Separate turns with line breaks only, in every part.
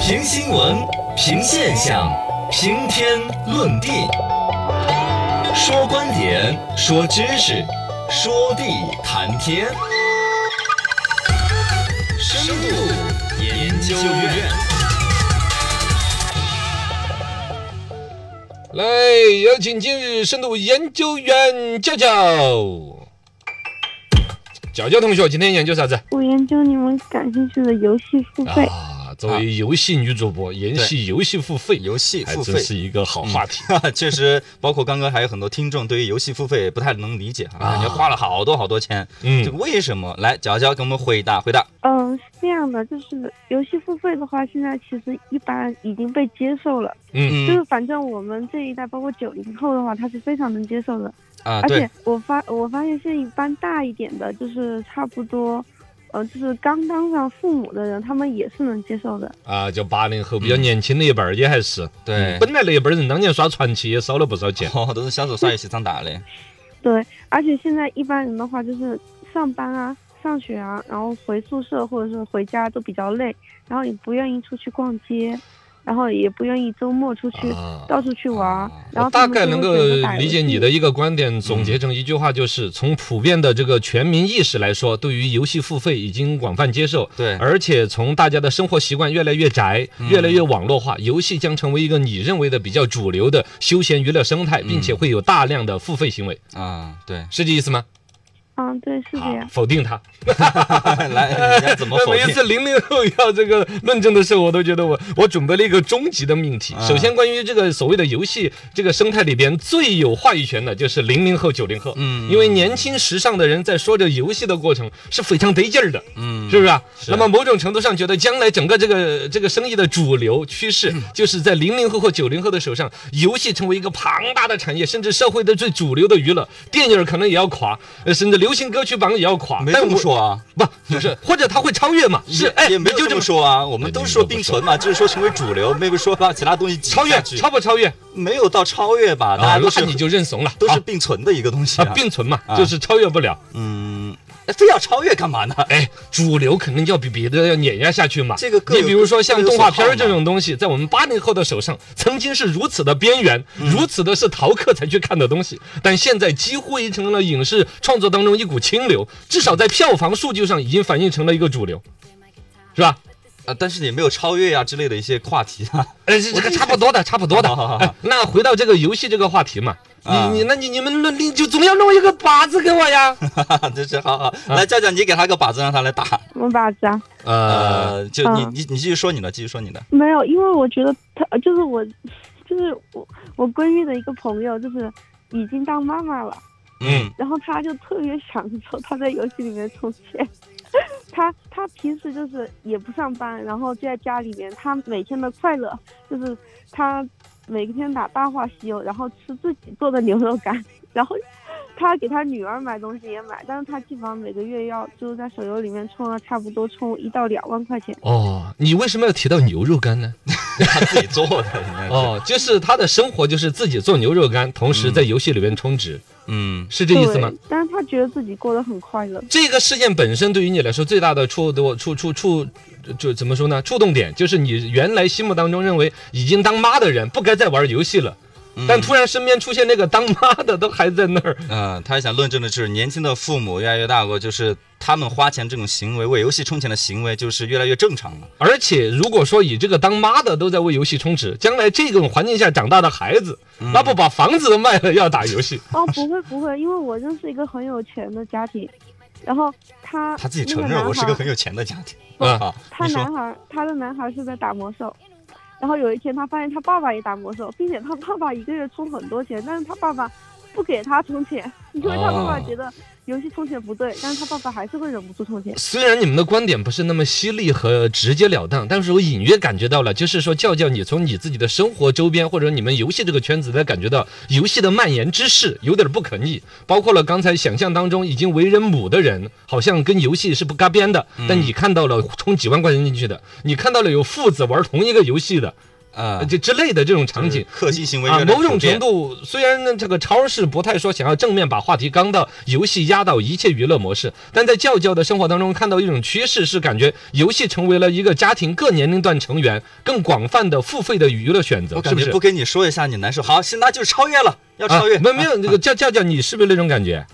评新闻，评现象，评天论地，说观点，说知识，说地谈天。深度研究院，
来，有请今日深度研究员教教。教教同学，今天研究啥子？
我研究你们感兴趣的游戏付费，
啊，作为游戏女主播，研习游戏付费，
啊游戏
还
付
真
费，
是一个好话题。
确实，包括刚刚还有很多听众对于游戏付费不太能理解啊，感觉花了好多好多钱，
嗯
这个为什么？来，角角给我们回答回答。
嗯、是这样的，就是游戏付费的话，现在其实一般已经被接受了，
嗯
就
嗯
是反正我们这一代，包括九零后的话，他是非常能接受的。
啊，
而且
对，
我发我发现现在一般大一点的，就是差不多，呃，就是刚当上父母的人，他们也是能接受的。
啊，就八零后比较年轻的一辈儿，也还是
对
嗯本来那一辈儿人当年耍传奇也烧了不少钱。
哦，都是小时候耍游戏长大的。
对，而且现在一般人的话，就是上班啊、上学啊，然后回宿舍或者是回家都比较累，然后也不愿意出去逛街，然后也不愿意周末出去、
啊
到处去玩儿。
啊
然后
我大
他们嗯
概
就
能
会
够
选择打游
理解你
戏
的一个观点，总结成一句话就是：从普遍的这个全民意识来说，对于游戏付费已经广泛接受。
对
而且从大家的生活习惯越来越宅、越来越网络化，游戏将成为一个你认为的比较主流的休闲娱乐生态，并且会有大量的付费行为，，
啊，对
是这意思吗？
嗯，对，是这
好
样。
否定它。
来，人家怎么否
每一
定？
次零零后要这个论证的时候，我都觉得我我准备了一个终极的命题。
啊
首先，关于这个所谓的游戏这个生态里边最有话语权的就是零零后、九零后，
嗯
因为年轻时尚的人在说着游戏的过程是非常得劲儿的，
嗯
是不是啊？
是
那么某种程度上觉得将来整个这个这个生意的主流趋势，
嗯
就是在零零后和九零后的手上，游戏成为一个庞大的产业，甚至社会的最主流的娱乐，电影可能也要垮，呃，甚至流行歌曲榜也要垮。
没
但
这么
我
说啊，
不， 就是或者它会超越嘛？是，
也
哎，
也没
你
有
就
这
这
么
么说。
说啊，我们
对
都
你
说
这么
并
说
存嘛，就是说成为主流，没有说把其他东西挤
超越
下去
超不超越？
没有到超越吧？大
啊
家，都是
那你就认怂了，
都是
好
并存的一个东西
啊
啊，
并存嘛，
啊
就是超越不了。
嗯，哎非要超越干嘛呢？
哎，主流肯定要比别的要碾压下去嘛。
这个各
你
有
比如说像动画
各
片
有所好
儿
嘛
这种东西，在我们八零后的手上，曾经是如此的边缘，
嗯
如此的是逃课才去看的东西，但现在几乎已成了影视创作当中一股清流，至少在票房数据上已经反映成了一个主流，是吧？
啊，但是也没有超越呀、之类的一些话题啊。
哎，这
我
这个
这
差 不多的，差不多的。
好好好
哎，那回到这个游戏这个话题嘛，
啊
你你那你你们论你就总要弄一个靶子给我呀。
这是好
啊
好，来教教你给他个靶子，让他来打。
什么靶子啊？
呃，
呃，就你
嗯
你你继续说你的，继续说你的。
没有，因为我觉得他就是我， 就是我我闺蜜的一个朋友，就是已经当妈妈了。
嗯，
然后他就特别享受他在游戏里面充钱。他他平时就是也不上班，然后就在家里面，他每天的快乐就是他每天打《大话西游》，然后吃自己做的牛肉干， 然后他给他女儿买东西也买，但是他基本上每个月要就是在手游里面充了差不多充一到两万块钱。
哦，你为什么要提到牛肉干呢？
他自己做的应该是。
哦，就是他的生活就是自己做牛肉干，同时在游戏里面充值，
嗯
是这
对，
意思吗？
但是他觉得自己过得很快乐。
这个事件本身对于你来说最大的触动触触触就怎么说呢？触动点就是你原来心目当中认为已经当妈的人不该再玩游戏了，
嗯
但突然身边出现那个当妈的都还在那儿，
呃，他想论证的是，年轻的父母越来越大过，就是他们花钱这种行为，为游戏充钱的行为，就是越来越正常了。
而且，如果说以这个当妈的都在为游戏充值，将来这种环境下长大的孩子，
嗯
那不把房子都卖了要打游戏？
哦，不会不会，因为我认识一个很有钱的家庭，然后他
他自己
那
承认，
男
我是个
孩
很有钱的家庭。
啊
好，
他
你
男
说
孩儿，他的男孩儿是在打魔兽，然后有一天他发现他爸爸也打魔兽，并且他爸爸一个月充很多钱，但是他爸爸不给他充钱，因为他爸爸
哦
觉得游戏充钱不对，但是他爸爸还是会忍不住充钱。
虽然你们的观点不是那么犀利和直截了当，但是我隐约感觉到了，就是说教教你从你自己的生活周边或者你们游戏这个圈子来感觉到游戏的蔓延之势有点不可逆，包括了刚才想象当中已经为人母的人，好像跟游戏是不搭边的，但你看到了充几万块钱进去的，你看到了有父子玩同一个游戏的。
啊，
呃就之类的这种场
就是呃
景。
氪金行为
啊，
越来越
某种
普遍
程度，虽然呢这个超市不太说想要正面把话题刚到游戏压倒一切娱乐模式，但在教教的生活当中看到一种趋势，是感觉游戏成为了一个家庭各年龄段成员更广泛的付费的娱乐选择，
我
是
感
不
觉
是？
不跟你说一下你难受。好，现在就是超越了，要超越。
啊、没有没有，那个教教教，你是不是那种感觉？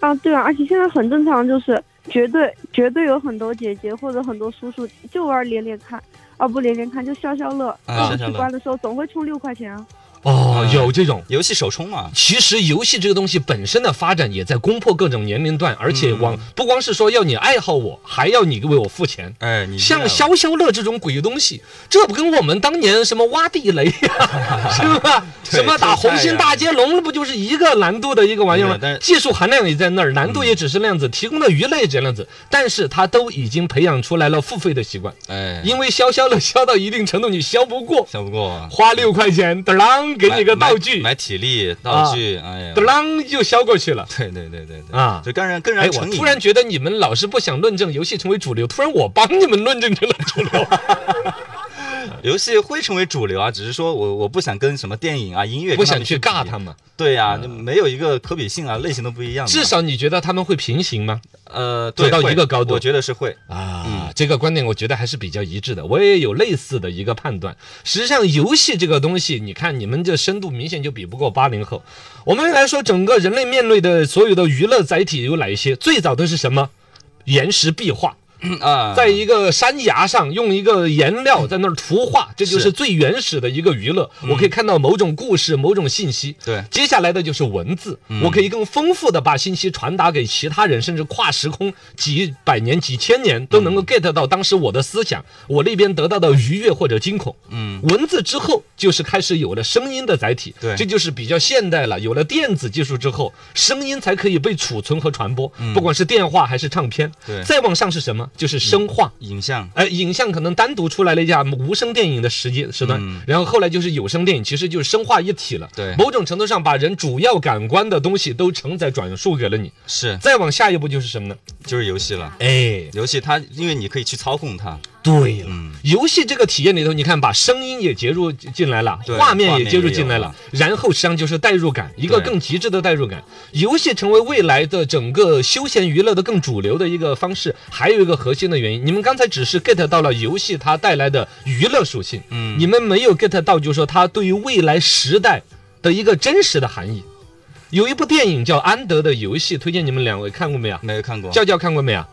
啊，对啊，而且现在很正常，就是绝对绝对有很多姐姐或者很多叔叔就玩连连看，啊不连连看就消消乐，
啊
我们
消消
去
乐
关的时候总会充六块钱啊。
哦，
嗯
有这种。
游戏首充嘛，
其实游戏这个东西本身的发展也在攻破各种年龄段，而
嗯
且往不光是说要你爱好我，还要你为我付钱。
哎，你
像
消
消消乐这种鬼东西，这不跟我们当年什么挖地雷呀、 是吧？
对
什么
偷菜
打红
呀
心大接龙，不就是一个难度的一个玩意儿
对但
吗
是？
技术含量也在那儿，难度也只是那样子，提供的娱乐也只是那样子，但是它都已经培养出来了付费的习惯，
哎，
因为消消乐消到一定程度你消不过，
消不过，
花六块钱，嘚啷给你个
买
道
哎
具，啊
买买体力道具，哎呀
嘚，啷就消过去了。
对对对对对
啊
就更让更让
哎，我
成瘾。
突然觉得你们老是不想论证游戏成为主流，突然我帮你们论证成了主流。
游戏会成为主流啊，只是说我我不想跟什么电影啊、音乐
不
跟他
想
们
去尬
比
他。们，嗯
对呀、就没有一个可比性啊，类型都不一样的。
至少你觉得他们会平行吗？
呃，
做
对
到
会
一个高度
我觉得是 会。
啊，这个观点我觉得还是比较一致的，我也有类似的一个判断。实际上，游戏这个东西，你看你们这深度明显就比不过八零后。我们来说，整个人类面对的所有的娱乐载体有哪一些？最早的是什么？岩石壁画，
嗯啊，
在一个山崖上用一个颜料在那儿涂画，这就是
是
最原始的一个娱乐。我可以看到某种故事、某种信息。
对
接下来的就是文字，
嗯
我可以更丰富的把信息传达给其他人，甚至跨时空几百年、几千年都
嗯
能够 get 到当时我的思想，我那边得到的愉悦或者惊恐。
嗯，
文字之后就是开始有了声音的载体，
对
这就是比较现代了。有了电子技术之后，声音才可以被储存和传播，不管是电话还是唱片。
嗯对
再往上是什么？就是声画。
影像
哎，影像可能单独出来了一下无声电影的时间时段，
嗯
然后后来就是有声电影，其实就是声化一体了。
对
某种程度上把人主要感官的东西都承载转述给了你。
是
再往下一步就是什么呢？
就是游戏了。
哎，
游戏它因为你可以去操控它，
对了，
嗯
游戏这个体验里头，你看把声音也接入进来了，
对
画面
画
也
面
接入
也
进来
有
了
了，
然后实际上就是代入感，一个
对
更极致的代入感。游戏成为未来的整个休闲娱乐的更主流的一个方式，还有一个核心的原因，你们刚才只是 get 到了游戏它带来的娱乐属性，
嗯
你们没有 get 到，就是说它对于未来时代的一个真实的含义。有一部电影叫《安德的游戏》，推荐你们两位看过没有？
没有看过。
教教看过没有？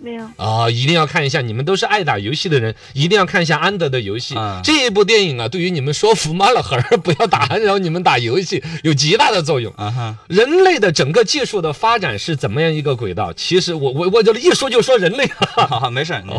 没有，
啊、一定要看一下！你们都是爱打游戏的人，一定要看一下安德的游戏、
嗯
这一部电影啊，对于你们说服妈老汉儿不要打，然后你们打游戏有极大的作用。
啊哈，
人类的整个技术的发展是怎么样一个轨道？其实我我我这一说就说人类啊，
好 好没事儿，你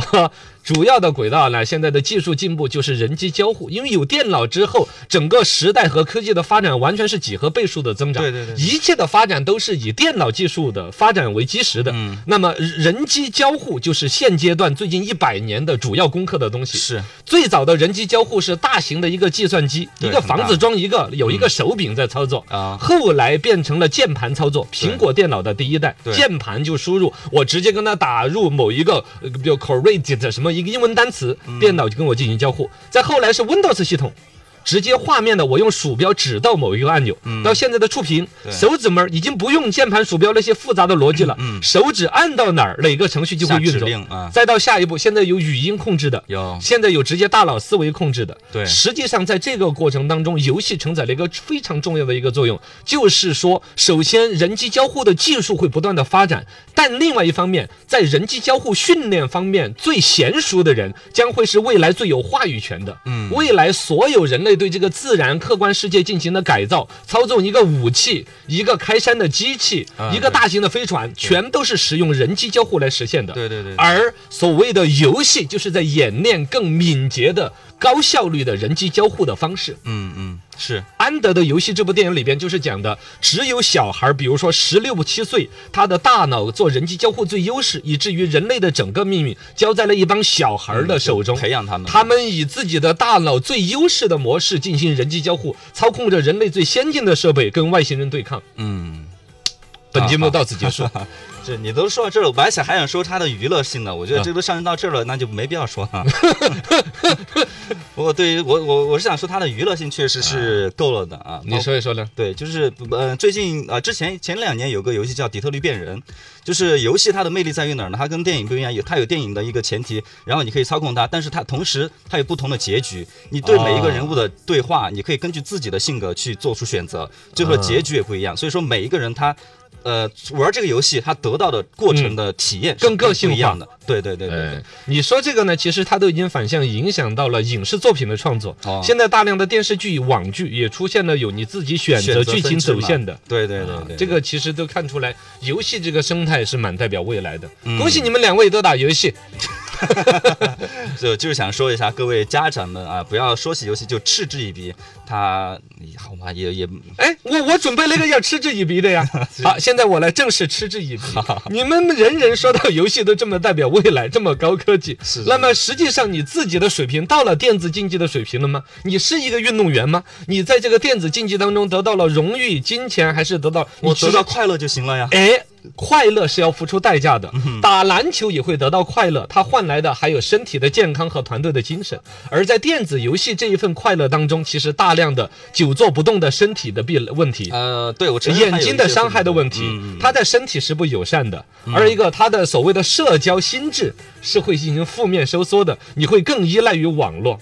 主要的轨道呢，现在的技术进步就是人机交互，因为有电脑之后，整个时代和科技的发展完全是几何倍数的增长。
对对对对
一切的发展都是以电脑技术的发展为基石的。
嗯
那么人机交互就是现阶段最近一百年的主要攻克的东西。
是
最早的人机交互是大型的一个计算机，一
对
个
很大嗯
房子装一个，有一个手柄在操作。
啊
后来变成了键盘操作，苹果电脑的第一代，
对
键盘就输入，我直接跟它打入某一个呃比如 correct 什么一个英文单词，
嗯
电脑就跟我进行交互。再后来是 Windows 系统。直接画面的，我用鼠标指到某一个按钮，到现在的触屏，
嗯对
手指们儿已经不用键盘、鼠标那些复杂的逻辑了，手指按到哪儿，哪个程序就
嗯
会
下
运
指
作。
令啊，
再到下一步，现在有语音控制的，
有
现在有直接大脑思维控制的。
对
实际上在这个过程当中，游戏承载了一个非常重要的一个作用，就是说，首先人机交互的技术会不断的发展，但另外一方面，在人机交互训练方面，最娴熟的人将会是未来最有话语权的。
嗯
未来所有人类对这个自然客观世界进行的改造，操纵一个武器、一个开山的机器、
啊
一个
对
大型的飞船，全都是使用人机交互来实现的。
对对对对
而所谓的游戏，就是在演练更敏捷的、高效率的人机交互的方式。
嗯嗯是
安德的游戏这部电影里边就是讲的，只有小孩儿，比如说十六七岁，他的大脑做人机交互最优势，以至于人类的整个命运交在了一帮小孩儿的手中。
嗯培养他们，
他们以自己的大脑最优势的模式进行人机交互，操控着人类最先进的设备跟外星人对抗。
嗯
本节目到此结束，
这你都说到这儿了，我本来想还想说它的娱乐性的，我觉得这都上升到这儿了，那就没必要说了。 不过对于我我我是想说它的娱乐性确实是够了的啊。
你说一说呢？
对，就是呃，最近啊、呃之前前两年有个游戏叫《底特律变人》，就是游戏它的魅力在于哪儿呢？它跟电影不一样，有它有电影的一个前提，然后你可以操控它，但是它同时它有不同的结局。你对每一个人物的
哦
对话，你可以根据自己的性格去做出选择，最后的结局也不一样。所以说每一个人他。呃，玩这个游戏，他得到的过程的体验是
嗯更个性
不一
化
样的。对对对对对
哎，你说这个呢，其实它都已经反向影响到了影视作品的创作。
哦
现在大量的电视剧、网剧也出现了有你自己选择剧情走线的。啊
对对对对，
这个其实都看出来，游戏这个生态是蛮代表未来的。
嗯
恭喜你们两位都打游戏，
就就是想说一下各位家长们啊，不要说起游戏就嗤之以鼻，他好吧也也
哎，我我准备了一个要嗤之以 鼻的呀。好，现在我来正式嗤之以鼻。你们人人说到游戏都这么代表未来，这么高科技，
是
那么实际上你自己的水平到了电子竞技的水平了吗？你是一个运动员吗？你在这个电子竞技当中得到了荣誉、金钱，还是得到
我
知
得
道
到快乐就行了呀。
哎，快乐是要付出代价的。打篮球也会得到快乐，它换来的还有身体的健康和团队的精神。而在电子游戏这一份快乐当中，其实大量的久坐不动的身体的必问题。
呃，对我承认他有
眼
一些
睛的伤害的问题
嗯，嗯
它在身体是不友善的。而一个它的所谓的社交心智是会进行负面收缩的，你会更依赖于网络。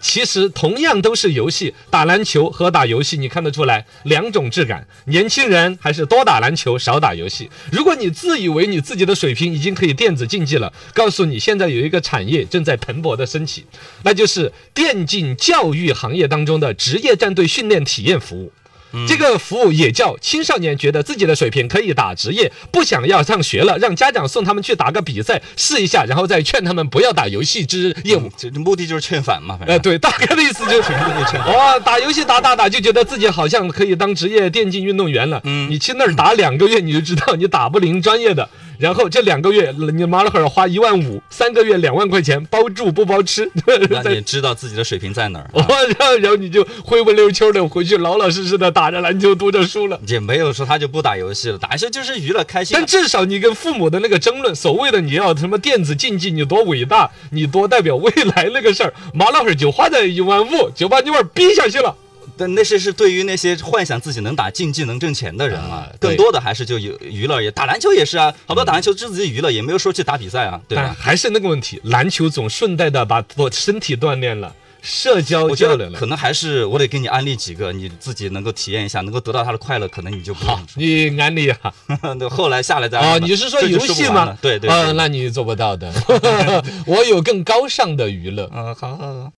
其实同样都是游戏，打篮球和打游戏，你看得出来两种质感。年轻人还是多打篮球，少打游戏。如果你自以为你自己的水平已经可以电子竞技了，告诉你现在有一个产业正在蓬勃的升起，那就是电竞教育行业当中的职业战队训练体验服务。这个服务也叫青少年觉得自己的水平可以打职业，不想要上学了，让家长送他们去打个比赛试一下，然后再劝他们不要打游戏之业务。
嗯这这目的就是劝返嘛，反
哎、
正。
对， 大概的意思就是， 哇，打游戏打打打就觉得自己好像可以当职业电竞运动员了。
嗯
你去那儿打两个月，你就知道你打不赢专业的。然后这两个月，你马老汉花一万五，三个月两万块钱，包住不包吃。
那
在
你知道自己的水平在哪儿
我
啊？
然后然后你就灰不溜秋的回去，老老实实的打着篮球，读着书了。
也没有说他就不打游戏了，打游戏就是娱乐开心啊
但。至少你跟父母的那个争论，所谓的你要什么电子竞技，你多伟大，你多代表未来那 个事儿，马老汉就花在一万五就把你娃儿逼下去了。
但那是是对于那些幻想自己能打竞技能挣钱的人啊
啊，对嗯
更多的还是就有娱乐也打篮球也是啊，好多打篮球是自己娱乐，也没有说去打比赛啊，对
但
吧？
哎还是那个问题，篮球总顺带的把我身体锻炼了，社交
我觉
交流
得
了
可。能还是我得给你安利几个，你自己能够体验一下，能够得到他的快乐，可能你就不用
你安利啊？
说。对后来下来再安
啊，
利吧
你是说
这就
游
说不
戏
完
吗
了？对对。
嗯、
对
那你做不到的。我有更高尚的娱乐。
嗯，好好好。